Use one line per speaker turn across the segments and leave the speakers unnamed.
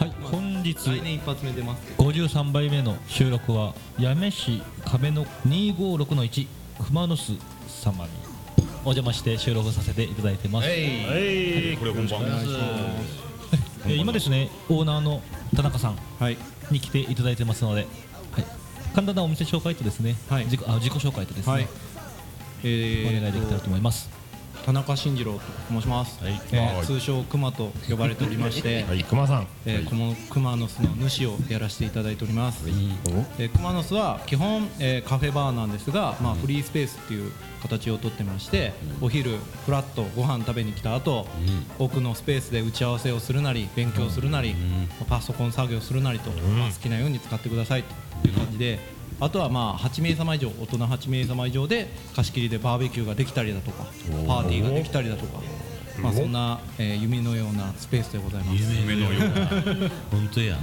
はい、本日
来年一発目出ますけど
53杯目の収録は八女市亀の256の1熊野巣様にお邪魔して収録させていただいてます、
はい
これ本番
えー今ですねオーナーの田中さん
はい
に来ていただいてますので、はい、簡単なお店紹介とですね、
はい
自己あ自己紹介とですね、
はいえ
お願
ー
いできたらと思います、
田中慎二郎と申します、
はい
えー
はい
通称熊と呼ばれておりまして、
はい熊さん
えーこの熊の巣の主をやらせていただいております、で熊の巣は基本、えーカフェバーなんですが、まあ、フリースペースっていう形をとってまして、お昼フラッとご飯食べに来た後、奥のスペースで打ち合わせをするなり勉強するなり、パソコン作業するなりと、まあ好きなように使ってくださいという感じで。あとはまあ8名様以上大人8名様以上で貸し切りでバーベキューができたりだとかパーティーができたりだとか、まあ、そんな、えー夢のようなスペースでございます
夢のような本当や、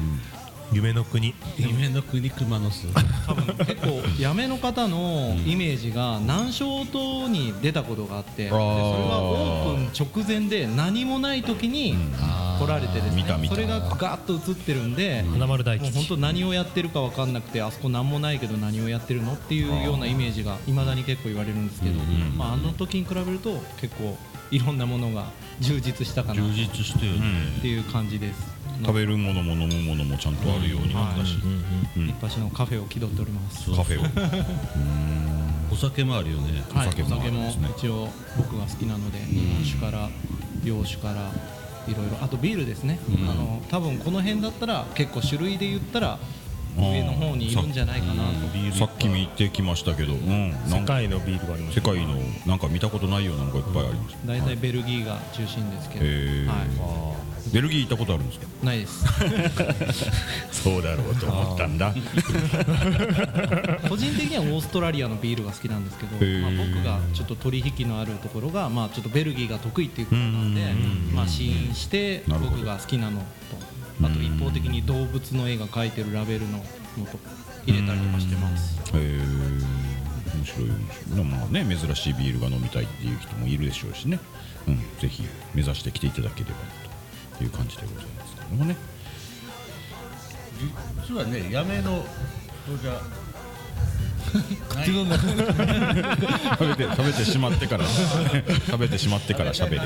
夢の国
夢の国熊野巣
多分結構やめの方のイメージが南小島に出たことがあってでそれはオープン直前で何もない時に来られてです
見た見
ね
た
それがガーッと映ってるんで
花丸大
もう本当何をやってるか分かんなくてあそこ何もないけど何をやってるのっていうようなイメージがいまだに結構言われるんですけどまああの時に比べると結構いろんなものが充実したかな
充
っ
実してるね、
ていう感じです。
食べるものも飲むものもちゃんとあるようになったしうん
私のカフェを気取っております。
カフェを
お酒もあるよね
はい、お
酒
酒
もあるんで
も
すね
一応僕が好きなので日本酒から洋酒からいろいろあとビールですね、あの多分この辺だったら結構種類で言ったら上の方にいるんじゃないかなと
ビール
さっき見てきましたけどうんなん
世
か
界のビールがあります
世界のなんか見たことないようなのがいっぱいありまし
大体ベルギーが中心ですけど、
へー
は
たベルギー行ったことあるんですか
い、ないです
そうだろうと思ったんだ
個人的にはオーストラリアのビールが好きなんですけど、
ー
まあ、僕がちょっと取引のあるところが、まあ、ちょっとベルギーが得意っていうことなんでまあ試飲して
なるほど
僕が好きなのとあと一方的に動物の絵が描いてるラベルのもと入れたりとかしてます。
へえ面白い面白いでもまあね珍しいビールが飲みたいっていう人もいるでしょうしね、うん、ぜひ目指して来ていただければなという感じでございますけどもね
実はねやめの人じゃない
食べて食べてしまってから食べてしまってから 喋れ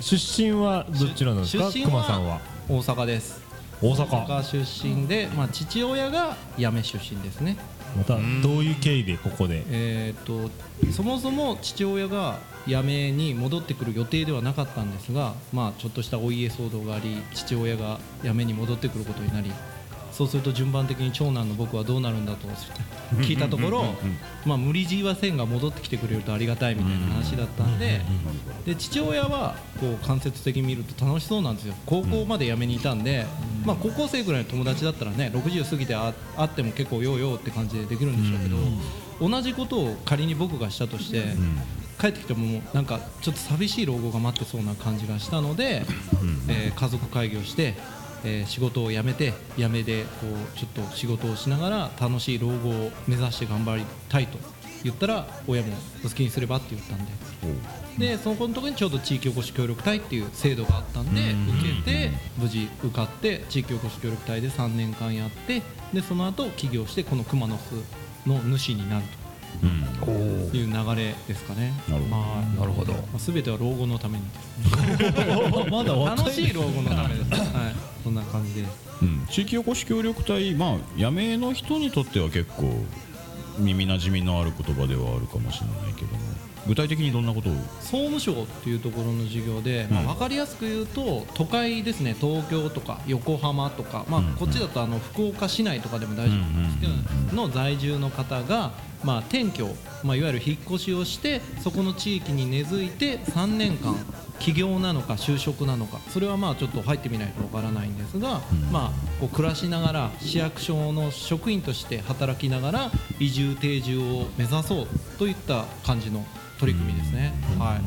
出身はどちらなんです
出
か
身
熊さんは
大阪です
大
大
阪
阪出身で、まあ、父親が八女出身ですね
またどういう経緯でここで
えー、とそもそも父親が八女に戻ってくる予定ではなかったんですが、まあ、ちょっとしたお家騒動があり父親が八女に戻ってくることになりそうすると順番的に長男の僕はどうなるんだと聞いたところ、まあ、無理強いはせんが戻ってきてくれるとありがたいみたいな話だったんでで父親はこう間接的に見ると楽しそうなんですよ高校まで辞めにいたんで、まあ、高校生ぐらいの友達だったらね60過ぎてあ会っても結構ようようって感じでできるんでしょうけど。同じことを仮に僕がしたとして、帰ってきてももうなんかちょっと寂しい老後が待ってそうな感じがしたので、えー家族会議をして、えー仕事を辞めて辞めでこうちょっと仕事をしながら楽しい老後を目指して頑張りたいと言ったら親もお好きにすればって言ったんで。でそこのところにちょうど地域おこし協力隊っていう制度があったんで受けて無事受かって地域おこし協力隊で3年間やってでその後起業してこの熊野巣の主になるという流れですかね。
なるほど
はい
なるほど
まあ全ては老後のために
まだ
楽しい老後のためです。はい、そんな感じです。
うん、地域おこし協力隊まあ八女の人にとっては結構耳なじみのある言葉ではあるかもしれないけども具体的にどんなことを
総務省っていうところの授業で、まあ、分かりやすく言うと都会ですね東京とか横浜とか、まあ、こっちだとあの福岡市内とかでも大丈夫なんですけどの在住の方が、まあ、転居、まあ、いわゆる引っ越しをしてそこの地域に根付いて3年間起業なのか就職なのかそれはまあちょっと入ってみないとわからないんですが、まあ、こう暮らしながら市役所の職員として働きながら移住定住を目指そうといった感じの取り組みですね。はい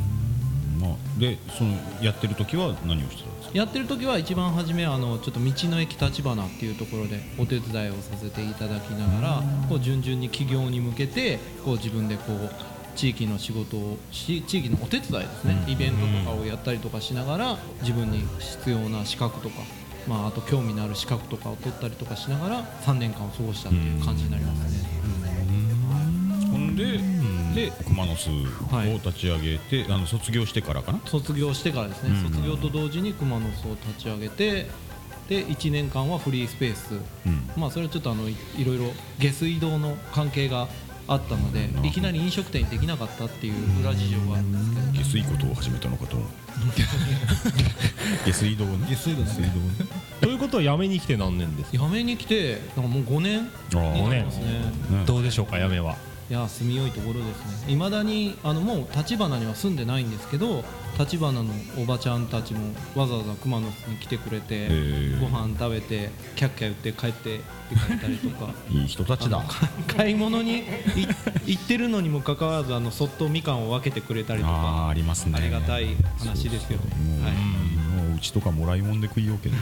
まあ、でそのやってる時は何をしてたんですか
やってる時は一番初めはあのちょっと道の駅立花っていうところでお手伝いをさせていただきながらこう順々に起業に向けてこう自分でこう地域の仕事をし地域のお手伝いですねイベントとかをやったりとかしながら自分に必要な資格とかまあ、あと興味のある資格とかを取ったりとかしながら3年間を過ごしたっていう感じになりますね。
ほんでで熊野巣
はい
を立ち上げて、あの卒業してからかな
卒業してからですね、
うん
卒業と同時に熊野巣を立ち上げてで1年間はフリースペース、
うん
まあそれはちょっとあのいいろいろ下水道の関係があったので
うん
いきなり飲食店にできなかったっていう裏事情があるんですけど、
下水ことを始めたのか と思う下水道ね下水道水道ね
ということは辞めに来て何年ですか
やめに来てなんかもう5年
ああ
に
五
な
年
りますね
どうでしょうか辞めはい
や住みよいところですねいまだにあのもう橘には住んでないんですけど橘のおばちゃんたちもわざわざ熊野に来てくれて、
ー
ご飯食べてキャッキャ言って帰ってって帰ったりとか
いい人たちだ
買い物にい行ってるのにもかかわらずあのそっとみかんを分けてくれたりと
ああ
か
ありますね
ありがたい話ですよね
そうそうもう,、
は
もううちとかもらいもんで食いよ うけど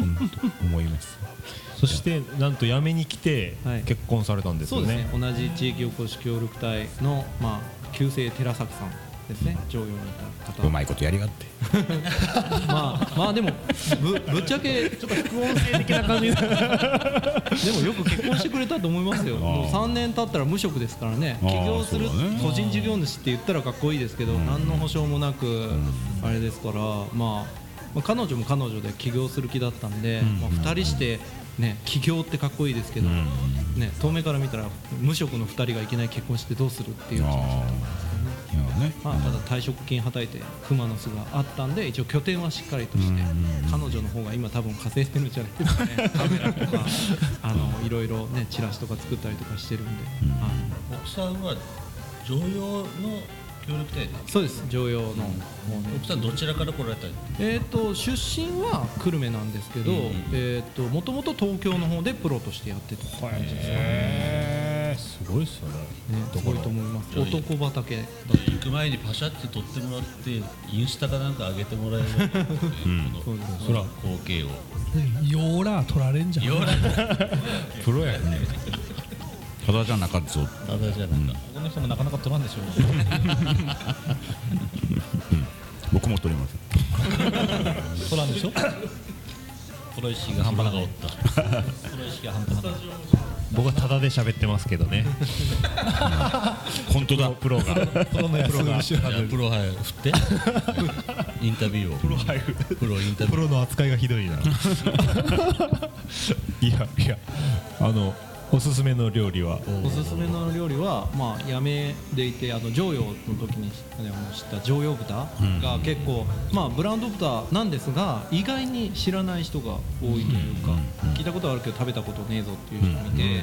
本当思います
そしてなんと辞めに来て
はい
結婚されたんです
そ
よ
うです
ね,、
ね同じ地域おこし協力隊の、まあ、旧姓寺崎さんですね常用にいた方
うまいことやりがって
まあ、まあでもぶぶっちゃけちょっと副音声的な感じでもよく結婚してくれたと思いますよ
ー
もう3年経ったら無職ですからね
あー
起業する
そうだね
個人事業主って言ったらかっこいいですけど何の保証もなくあれですからまあまあ彼女も彼女で起業する気だったんで、まあ、2人して、ね、起業ってかっこいいですけど、ね、遠目から見たら無職の2人がいきなり結婚してどうするっていう気持ちだったんですけどね。
いやね
まあ、ただ退職金はたいて熊野巣があったんで一応拠点はしっかりとして彼女の方が今多分稼いでるんじゃないです かねカメラとかあのいろいろねチラシとか作ったりとかしてるんで、はい
奥さんは常用の協力隊で
そうです常用の方ね
奥さんどちらから来られたの
えー、と出身は久留米なんですけど
うんうん
えーともともと東京の方でプロとしてやってた感じですね
へーすごいっすよね
すごいと思います男畑
行く前にパシャって撮ってもらってインスタかなんか上げてもらえれば、このそら光景を
よーら取られんじゃん
よら
プロやねただじゃなかったぞ
ただじゃなんか、
この人もなかなか取らんでしょう
僕も取ります
取らんでしょプロ意識が半端なかったプロ意識が半端なかっ
僕はタダで喋ってますけどね
本当だ
プロが
たプロのやつが
じゃあプロ入振ってインタビューをプロ入るプロインタビ
プ
ュー
ロの扱いがひどい ないやいやあのおすすめの料理は
おすすめの料理は、まあ、やめでいてあの常用の時にあの知った常用豚が結構、まあ、ブランド豚なんですが意外に知らない人が多いというか、聞いたことはあるけど食べたことねえぞっていう人もいて、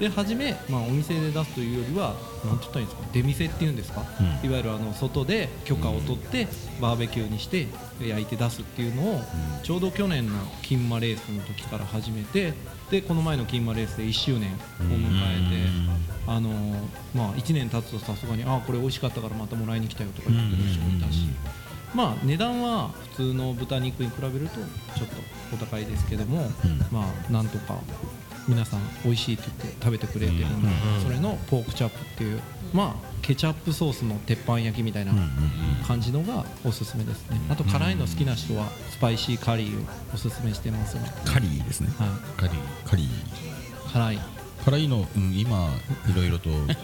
で初め、まあ、お店で出すというよりはなんて言ったらいいんですか出店っていうんですか、いわゆるあの外で許可を取ってバーベキューにして焼いて出すっていうのを、ちょうど去年の金馬レースの時から始めてでこの前の金馬レースで1周年を迎えて。あのーまあ、1年経つとさすがにあーこれ美味しかったからまたもらいに来たよとか言ってくる人もいたし、まあ、値段は普通の豚肉に比べるとちょっとお高いですけども、まあ、なんとか皆さん美味しいって言って食べてくれてるので、それのポークチャップっていう、まあ、ケチャップソースの鉄板焼きみたいな感じのがおすすめですねあと辛いの好きな人はスパイシーカリーをおすすめしてますので、
カリーですね
はい、
カリーカリー
辛い
カリーの、うん、今いろいろと事情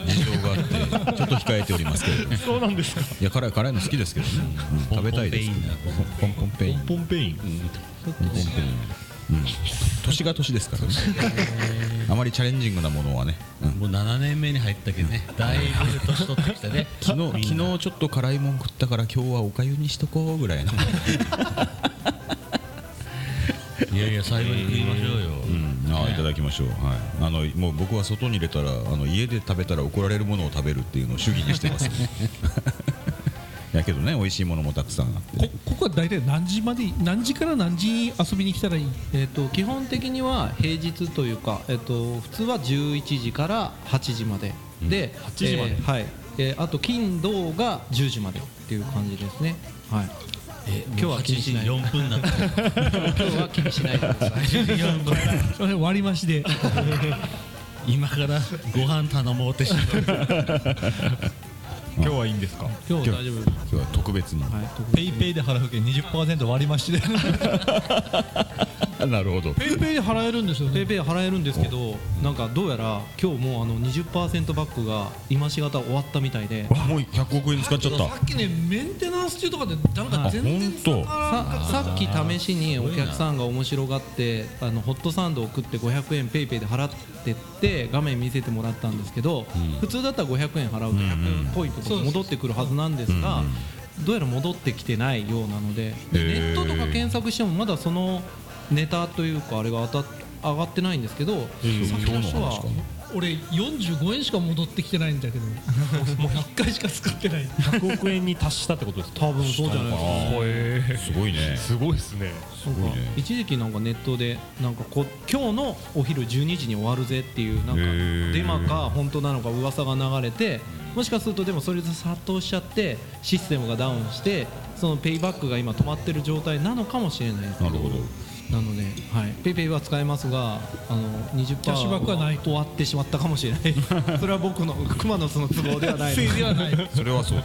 があ ってちょっと控えておりますけれど
そうなんですか
いや辛い辛いの好きですけどね、うん食べたいですけどポンポンペイン
ポンペイン
うん年が年ですからねあまりチャレンジングなものはね、うん
もう7年目に入ったけどねだいぶ年取ってきたね
昨日昨日ちょっと辛いもん食ったから今日はおかゆにしとこうぐらいの
いやいや最後に食いましょうよ、
うんああいただきましょう、はい、あのもう僕は外に出たらあの家で食べたら怒られるものを食べるっていうのを主義にして ます、ね、やけどね美味しいものもたくさんあって
こここは大体何時まで何時から何時に遊びに来たらいい
えっと基本的には平日というか、えっと普通は11時から8時までで、8
時まで
はいえーあと金土が10時までっていう感じですねはい今日は気にしない
もう8時4分になった
今日は気にしないでください
4分
それ割り増しで
今からご飯頼もうってして
今日はいいん ですか
今日は大丈夫です
今日は特別に、
はい特
ペイペイで払うけん20%割り増しで
なるほど
ペイペイで払えるんですよ
ペイ
ね
ペイ払えるんですけどなんかどうやら今日もうあの20%バックが今しがた終わったみたいで
あもう100億円使っちゃった
さっきねメンテナンス中とかでなんか全然
本当
ささっき試しにお客さんが面白がってあのホットサンドを食って500円ペイペイで払ってって画面見せてもらったんですけど、普通だったら500円払うと100円ポイントが戻ってくるはずなんですが、どうやら戻ってきてないようなのででネ
へ
ッ
ー
トとか検索してもまだそのネタというかあれが当たっ上がってないんですけど、
今
先の
日
人
の
は
話かな
俺45円しか戻ってきてないんだけどもう1回しか使ってない
100億円に達したってことですか多分そうじゃないですかへえ
すごいね
すごいですね
なんか
すごいね
一時期なんかネットでなんかこ今日のお昼12時に終わるぜっていうなん
へー
かデマか本当なのか噂が流れてもしかするとでもそれで殺到しちゃってシステムがダウンしてそのペイバックが今止まってる状態なのかもしれないです
なるほど
なので、はい、ペイペイは使えますがあの20%
キャッシュバックはない
終わってしまったかもしれない それは僕の熊野その都合ではない
ついではない
それはそう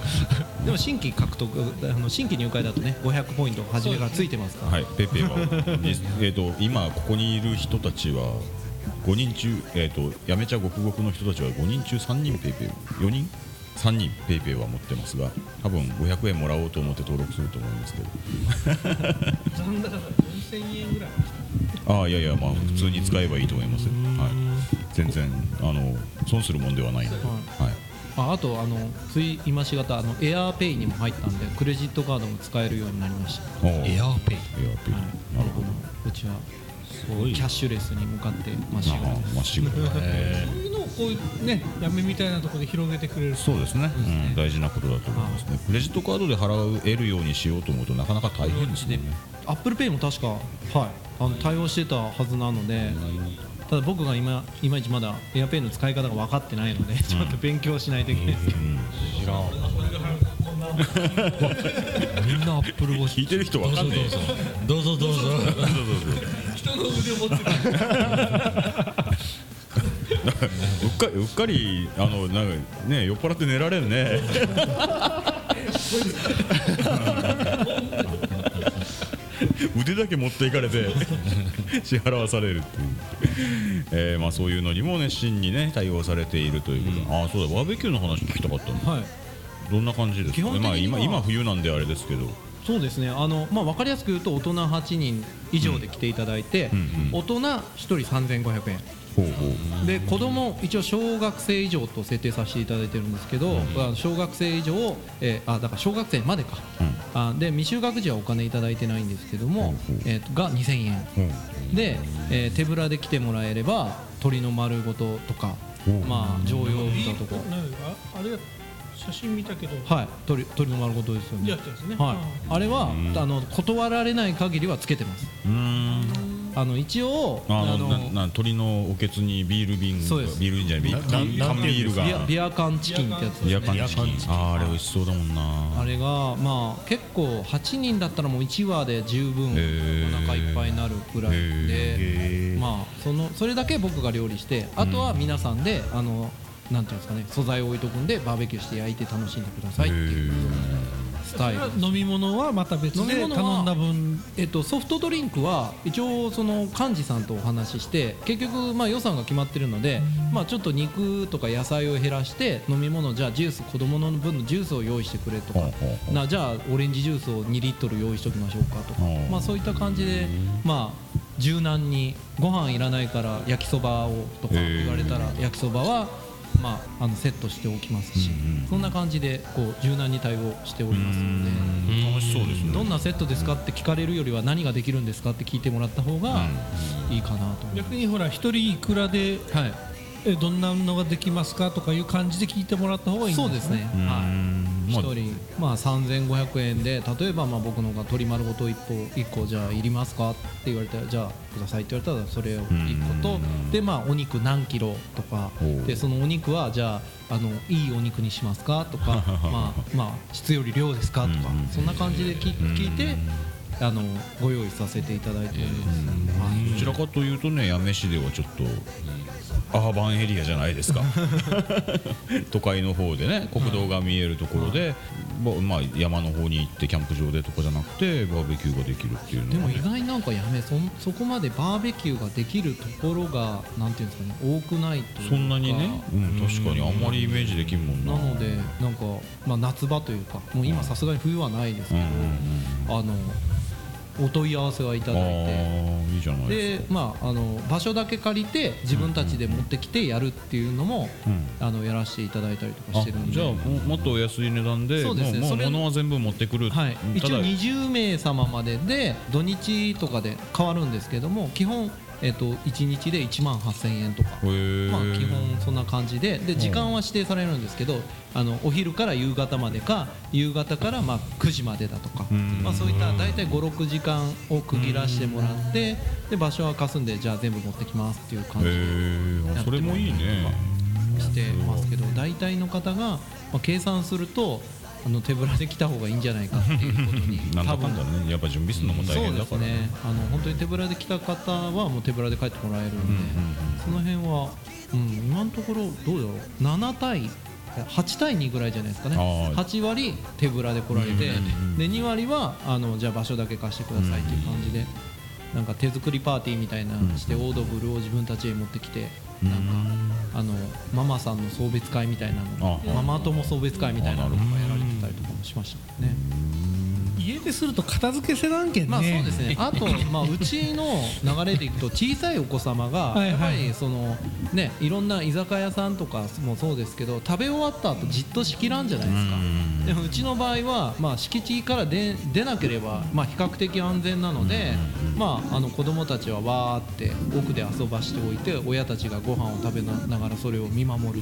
でも新規獲得あの新規入会だとね500ポイント初めからついてますから
はい、ペペは、にえっ、と、今ここにいる人たちは。五人中、えっ、と、やめちゃごくごくの人たちは五人中三人ペイペイ、四人。三人ペイペイは持ってますが、多分五百円もらおうと思って登録すると思いますけど。
残高が4000円ぐらい
ああ、いやいや、まあ、普通に使えばいいと思いますよ。はい。全然、あの、損するもんではないので。はい。
ああとあのつい今しがたあのエアーペイにも入ったんでクレジットカードも使えるようになりました、
おーエア
ーペイ
ペイ。なるほど。
うちはキャッシュレスに向かってまっしぐら
ああ、まっし ぐらだ ね。
そういうのをこういうねやめみたいなところで広げてくれる
そうですね、うん、大事なことだと思いますね、クレジットカードで払えるようにしようと思うとなかなか大変ですね、
アップルペイも確か、はい、あの対応してたはずなのでただ僕が今いまいちまだエアペイの使い方が分かってないのでちょっと勉強しないといけないですけど、
みんなアップルウォッ
聞いてる人わかんない
どうぞどうぞ
人の腕を持ってる
うっかりうっかりあのなんかね酔っ払って寝られるね 腕だけ持っていかれて支払わされるっていう、えーまあ、そういうのにも熱心にね対応されているということ、ああそうだバーベキューの話聞きたかったの
はい、
どんな感じですか、
基本的には
まあ、今今冬なんであれですけど
そうですねあの、まあ、分かりやすく言うと大人8人以上で来ていただいて、大人1人3500円
ほうほう
で子供一応小学生以上と設定させていただいてるんですけど、あ小学生以上を、えーあだから小学生までか、あで未就学児はお金いただいてないんですけども、えーとが2000円、で、えー手ぶらで来てもらえれば鳥の丸ごととか、まあ常用豚とか、
なんかあれ写真見たけど
はい鳥鳥の丸ごとですよね
やってですね
はい
あ、
あれは、あの断られない限りはつけてます
うーん
あの一応
あの
あの
なな鳥のおけつにビール瓶
そうです
ビール瓶じゃないビール
な
缶ビールが
ビアビア缶チキンってやつです
ビアカンチキン
ビアカンチキ
あ
ン
ーあれ美味しそうだもんな
あれがまあ結構8人だったらもう1話で十分
へー
お腹いっぱいになるぐらいでまあそのそれだけ僕が料理してあとは皆さんであのなんていうんですかね素材を置いとくんでバーベキューして焼いて楽しんでくださいっていうスタイル
飲み物はまた別
飲み
で
物
頼
は
んだ分
えっと、ソフトドリンクは一応その幹事さんとお話しして結局まあ予算が決まってるので、まあ、ちょっと肉とか野菜を減らして飲み物じゃあジュース子供の分のジュースを用意してくれとか
ほうほうほう
なじゃあオレンジジュースを2リットル用意しておきましょうかとか
ほう、
まあ、そういった感じで、まあ、柔軟にご飯いらないから焼きそばをとか言われたら焼きそばは、まあ、あのセットしておきますし、そんな感じでこう柔軟に対応しておりますので。
楽しそうです
どんなセットですかって聞かれるよりは何ができるんですかって聞いてもらった方がいいかなと思いま
逆にほら一人いくらで
す、はい
えどんなのができますかとかいう感じで聞いてもらった方がいいん
そうですね、はい、
まあ
1人、まあ、3500円で例えばまあ僕のが鶏丸ごと1個 ,1 個じゃあいりますかって言われたらじゃあくださいって言われたらそれを1個とで、まあ、お肉何キロとか
おう
でそのお肉はじゃああのいいお肉にしますか とかまあ、まあ、質より量ですかとかそんな感じで聞聞いてあのご用意させていただいております。はい
どちらかというとね八女市ではちょっとアーバンエリアじゃないです か都会の方でね国道が見えるところで、まあまあ山の方に行ってキャンプ場でとかじゃなくてバーベキューができるっていう
で
のは
も
ね
意外になんかやめそんそこまでバーベキューができるところがなんていうんですかね多くないというか
そんなにね、うん、確かにあんまりイメージできんもんな
なのでなんか、まあ、夏場というかもう今さすがに冬はないですけ
うん
ど、
うんうん
あのお問い合わせはいた
あ
だいて。
ーいいじゃないで
でまあ、あの場所だけ借りて自分たちで持ってきてやるっていうのも、
うん
あのやらせていただいたりとか
あ
してるんで
じゃあももっとお安い値段で
そうですね
もう
そ
も
れ
う物は全部持ってくる、
はい、
た
一
だ
応20名様までで土日とかで変わるんですけども基本、えっと1日で1万8000円とか、
へー
まあ、基本そんな感じでで時間は指定されるんですけどあのお昼から夕方までか夕方からまあ9時までだとか、
ん
まあ、そういった大体56時間を区切らしてもらってで場所は貸すんでじゃあ全部持ってきますっていう感
へ
じで
ーあそれもいいね
してますけど大体の方が、まあ、計算するとあの手ぶらで来た方がいいんじゃないかっていうことに
なんだ
多
かんだ
分
ねやっぱ準備するのも大
そう
変
で
だ
す
からね
ねあの本当に手ぶらで来た方はもう手ぶらで帰ってもらえるんで、その辺は、うん、今のところどうだろう7対8対2ぐらいじゃないですかね
あー
8割手ぶらで来られて、で2割はあのじゃあ場所だけ貸してくださいっていう感じで、なんか手作りパーティーみたいなのして、オードブルを自分たちへ持ってきてなんか、あのママさんの送別会みたいなの
あ
ママ友送別会みたいなのとかやられてたりとかもしましたね。
家ですると片付けせなんけんね
まあそうですね。あとまあうちの流れでいくと小さいお子様が
はいはい
やっぱりそのねいろんな居酒屋さんとかもそうですけど食べ終わった後じっと仕切らんじゃないですか。でもうちの場合はまあ敷地から出出なければまあ比較的安全なので、まああの子供たちはわーって奥で遊ばしておいて親たちがご飯を食べなながらそれを見守る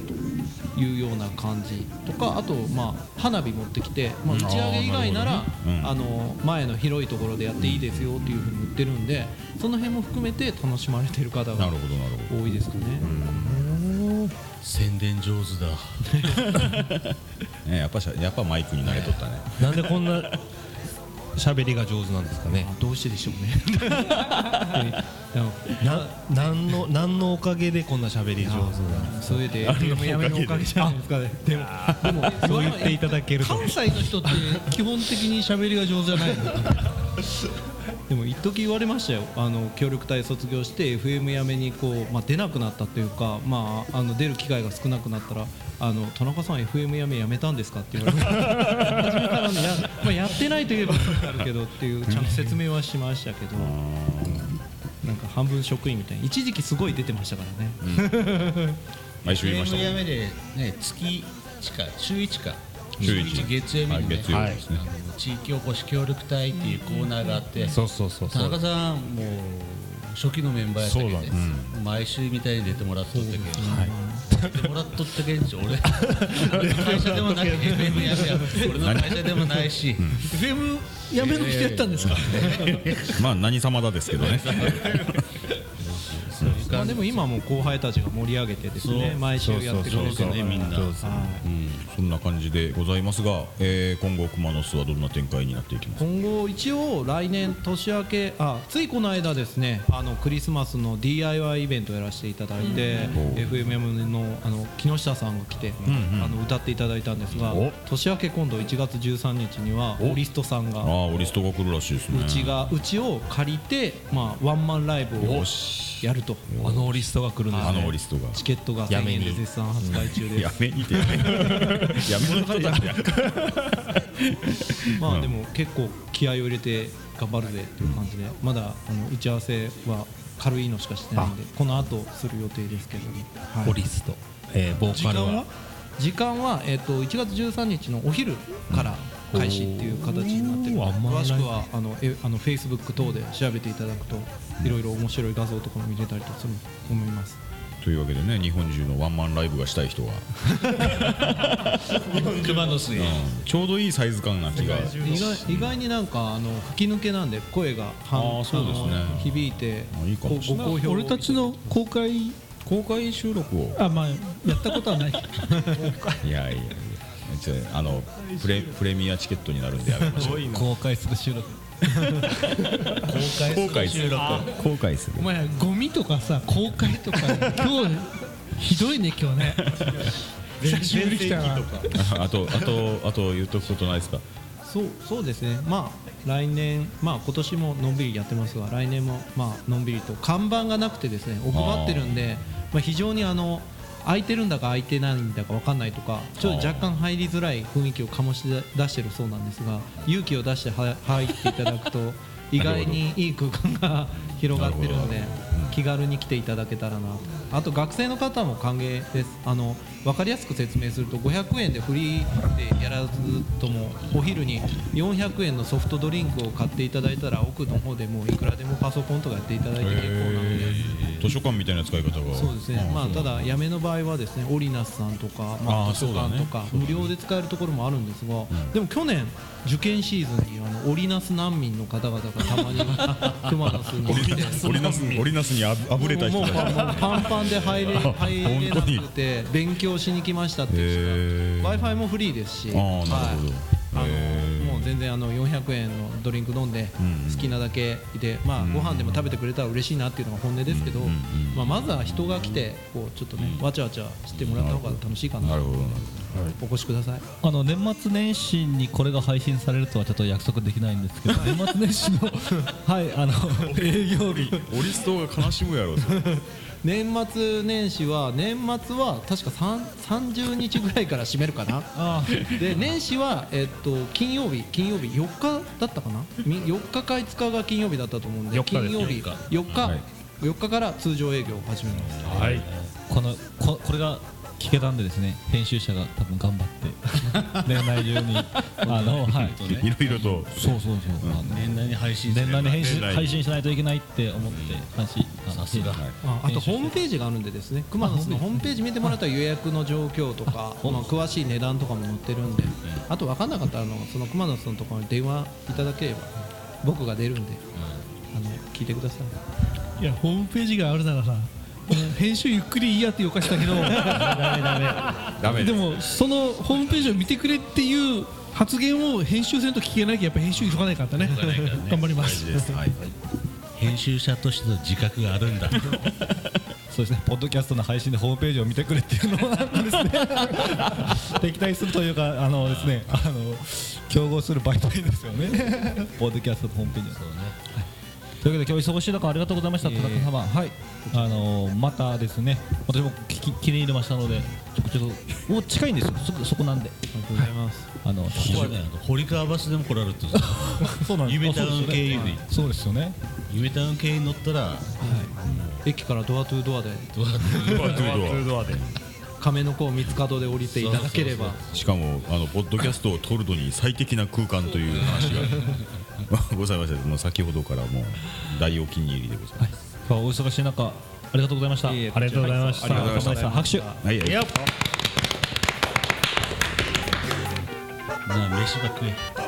というような感じとかあとまあ花火持ってきてまあ打ち上げ以外なら
うん
あの前の広いところでやっていいですよっていうふうに言ってるんでその辺も含めて楽しまれてる方が
なるほどなるほど
多いですかね
宣伝上手だ
ねやっぱしゃやっぱマイクに慣れとったね
なんでこんな喋りが上手なんですかね
あどうしてでしょうね
な何の何のおかげでこんな喋り上手な
それで FM やめのおかげじゃないですかねでもでも
そう言っていただけると
関西の人って基本的に喋りが上手じゃな いの
でも一時言われましたよあの協力隊卒業して FM やめにこう、まあ、出なくなったというか、まあ、あの出る機会が少なくなったらあの田中さん FM やめやめたんですかって言われて初めからねや,、まあ、やってないといえばそうなるけどっていうちゃんと説明はしましたけどなんか半分職員みたいに一時期すごい出てましたからね、
毎週言いましたもん
やめで、ね、月1か週1か
週
週
一
1月曜日
はい
に、ね
月曜日ですね
あの地域おこし協力隊っていうコーナーがあって、
そうそうそう
田
そう
中さんもう初期のメンバーやったけど、
そうなんで
毎週みたいに出てもらっとったけど、出てもらっとったけんじゃ俺会社でもない FM やめや俺の会社でもないし
FM やめの人やったんですか、
まあ何様だですけどね
まあ、でも今もう後輩たちが盛り上げてです
そ
ね
う
毎週やってくれ
そう
て
そうねみんな
うんそんな感じでございますが、えー今後クマノスはどんな展開になっていきますか
今後一応来年年明けあついこの間ですねあのクリスマスの DIY イベントをやらせていただいて、FMM のあの木下さんが来て、あの歌っていただいたんですが
お
年明け今度1月13日にはオリストさん
あ
が
あオリストが来るらしいですね
うちがうちを借りて、まあ、ワンマンライブを
よし
やると
あのリストが来るんです
あのオ
ね
リストが
チケットが1000円で絶賛発売中です
やめにてやめ やめの人だね
まあでも結構気合を入れて頑張るぜっていう感じでまだあの打ち合わせは軽いのしかしてないんでこの後する予定ですけど、はい
オリスト、えー、ボーカルは
時間は、えっと1月13日のお昼から開始っていう形になってる
おーあんまりな
詳
い
しくはあのえあの Facebook 等で調べていただくといろいろ面白い画像とかも見れたりとかすると思います
というわけでね日本中のワンマンライブがしたい人は、
熊野水
ちょうどいいサイズ感な 気が
意外意外になんかあの吹き抜けなんで声が反
あーそうですね
あの響いて
あいいかもしれ
ご好評
俺たちの公開
公開収録を
あまあやったことは ない
いやいやいやちょあのプレプレミアチケットになるんでやめましょう
公開する収 録
後悔する後悔する
お前ゴミとかさ公開とか今日ひどいね今日ね久しぶり来たな
あとあとあと言っとくことないですか
そうそうですねまあ来年まあ今年ものんびりやってますが来年もまあのんびりと看板がなくてですね奥まってるんでまあ非常にあの空いてるんだか空いてないんだか分かんないとかちょっと若干入りづらい雰囲気を醸し出してるそうなんですが勇気を出しては入っていただ くと意外にいい空間が 広がってるので気軽に来ていただけたらなとあと学生の方も歓迎ですあの分かりやすく説明すると500円でフリーでやらずともお昼に400円のソフトドリンクを買っていただいたら奥の方でもういくらでもパソコンとかやっていただいて結構なので。
図書館みたいな使い方が
そうですね、まあ、ただ、やめの場合はですねオリナスさんとか、ま
あ
あ、
ー
図書館とか、無料で使えるところもあるんですが、でも去年、受験シーズンにあのオリナス難民の方々がたまに 熊野巣に来て。
織りなす織りなすにあぶあぶれた人
もう
た
もう
ち
パンもうパンパンで入れ入れな
本当に
くて勉強しに来ましたっていう
へ
人
ー
が w i f i もフリーですし
あーなるほど
はい
へ
あ
ー
のもう全然あの400円のドリンク飲んで
んうん
好きなだけいて、まあ、ご飯でも食べてくれたら嬉しいなっていうのが本音ですけど、
うんうんうん
まあ、まずは人が来てこうちょっとねわちゃわちゃしてもらった方が楽しいかな
なるほどなる
お越しください
あの年末年始にこれが配信されるとはちょっと約束できないんですけ ど年末年始のはいあの営業日
ほどオリストが悲しむやろそれ
年末年始は年末は確か3 30日ぐらいから閉めるかなで年始は、えっと、金曜日金曜日4日だったかなみ4日か5日が金曜日だったと思うんで
4日です
金曜日
4
4日、
はい
4日から通常営業を始めます
はい
このここれが聞けたんでですね編集者が多分頑張 って年内中にあのはい
いろいろと
そうそうそう、あの
年内に配信すれ
年
ば
内に編集
年内に
配信しないといけないって思って話さすが
ああとホームページがあるんでですね熊野のホームページ見てもらったら予約の状況とかまあ、詳しい値段とかも載ってるんであと分かんなかったらあのその熊野のところに電話いただければ僕が出るんで、あの聞いてください
いやホームページがあるならさこの編集ゆっくりいいやってよかしたけど
ダメ
で
です
もそのホームページを見てくれっていう発言を編集せんと聞けないけどやっぱ編集急がないからね
ないからね
頑張ります
大事ですはい
編集者としての自覚があるんだ
そうですねポッドキャストの配信でホームページを見てくれっていうのはですね 敵対するというかあのですねあの競合する媒体ですよ ねポッドキャストとホームページはそうね、はいというわけで今日忙しい中ありがとうございました田中様、はいあのまたですね私も聞き気に入りましたのでちょちょっとお近いんですよそこそこなんで
ありがとうございます、
あの
非常にあの堀川バスでも来られるってさ
そうなん
夢太郎の経由で
そうですよね
夢太郎の経営に乗ったら
駅からドアトゥドアで
どうやって
ドアトゥドア
亀の甲三つ角で降りていただければ
しかもあのポッドキャストを撮るのに最適な空間という話がございましたもう先ほどからもう大お気に入りでございます、
今日はお忙しい中ありがとうございました
いえいえ
ありがとうございました
ありがとうございました
お疲れ様で拍手
はいはい
なあ飯ば食え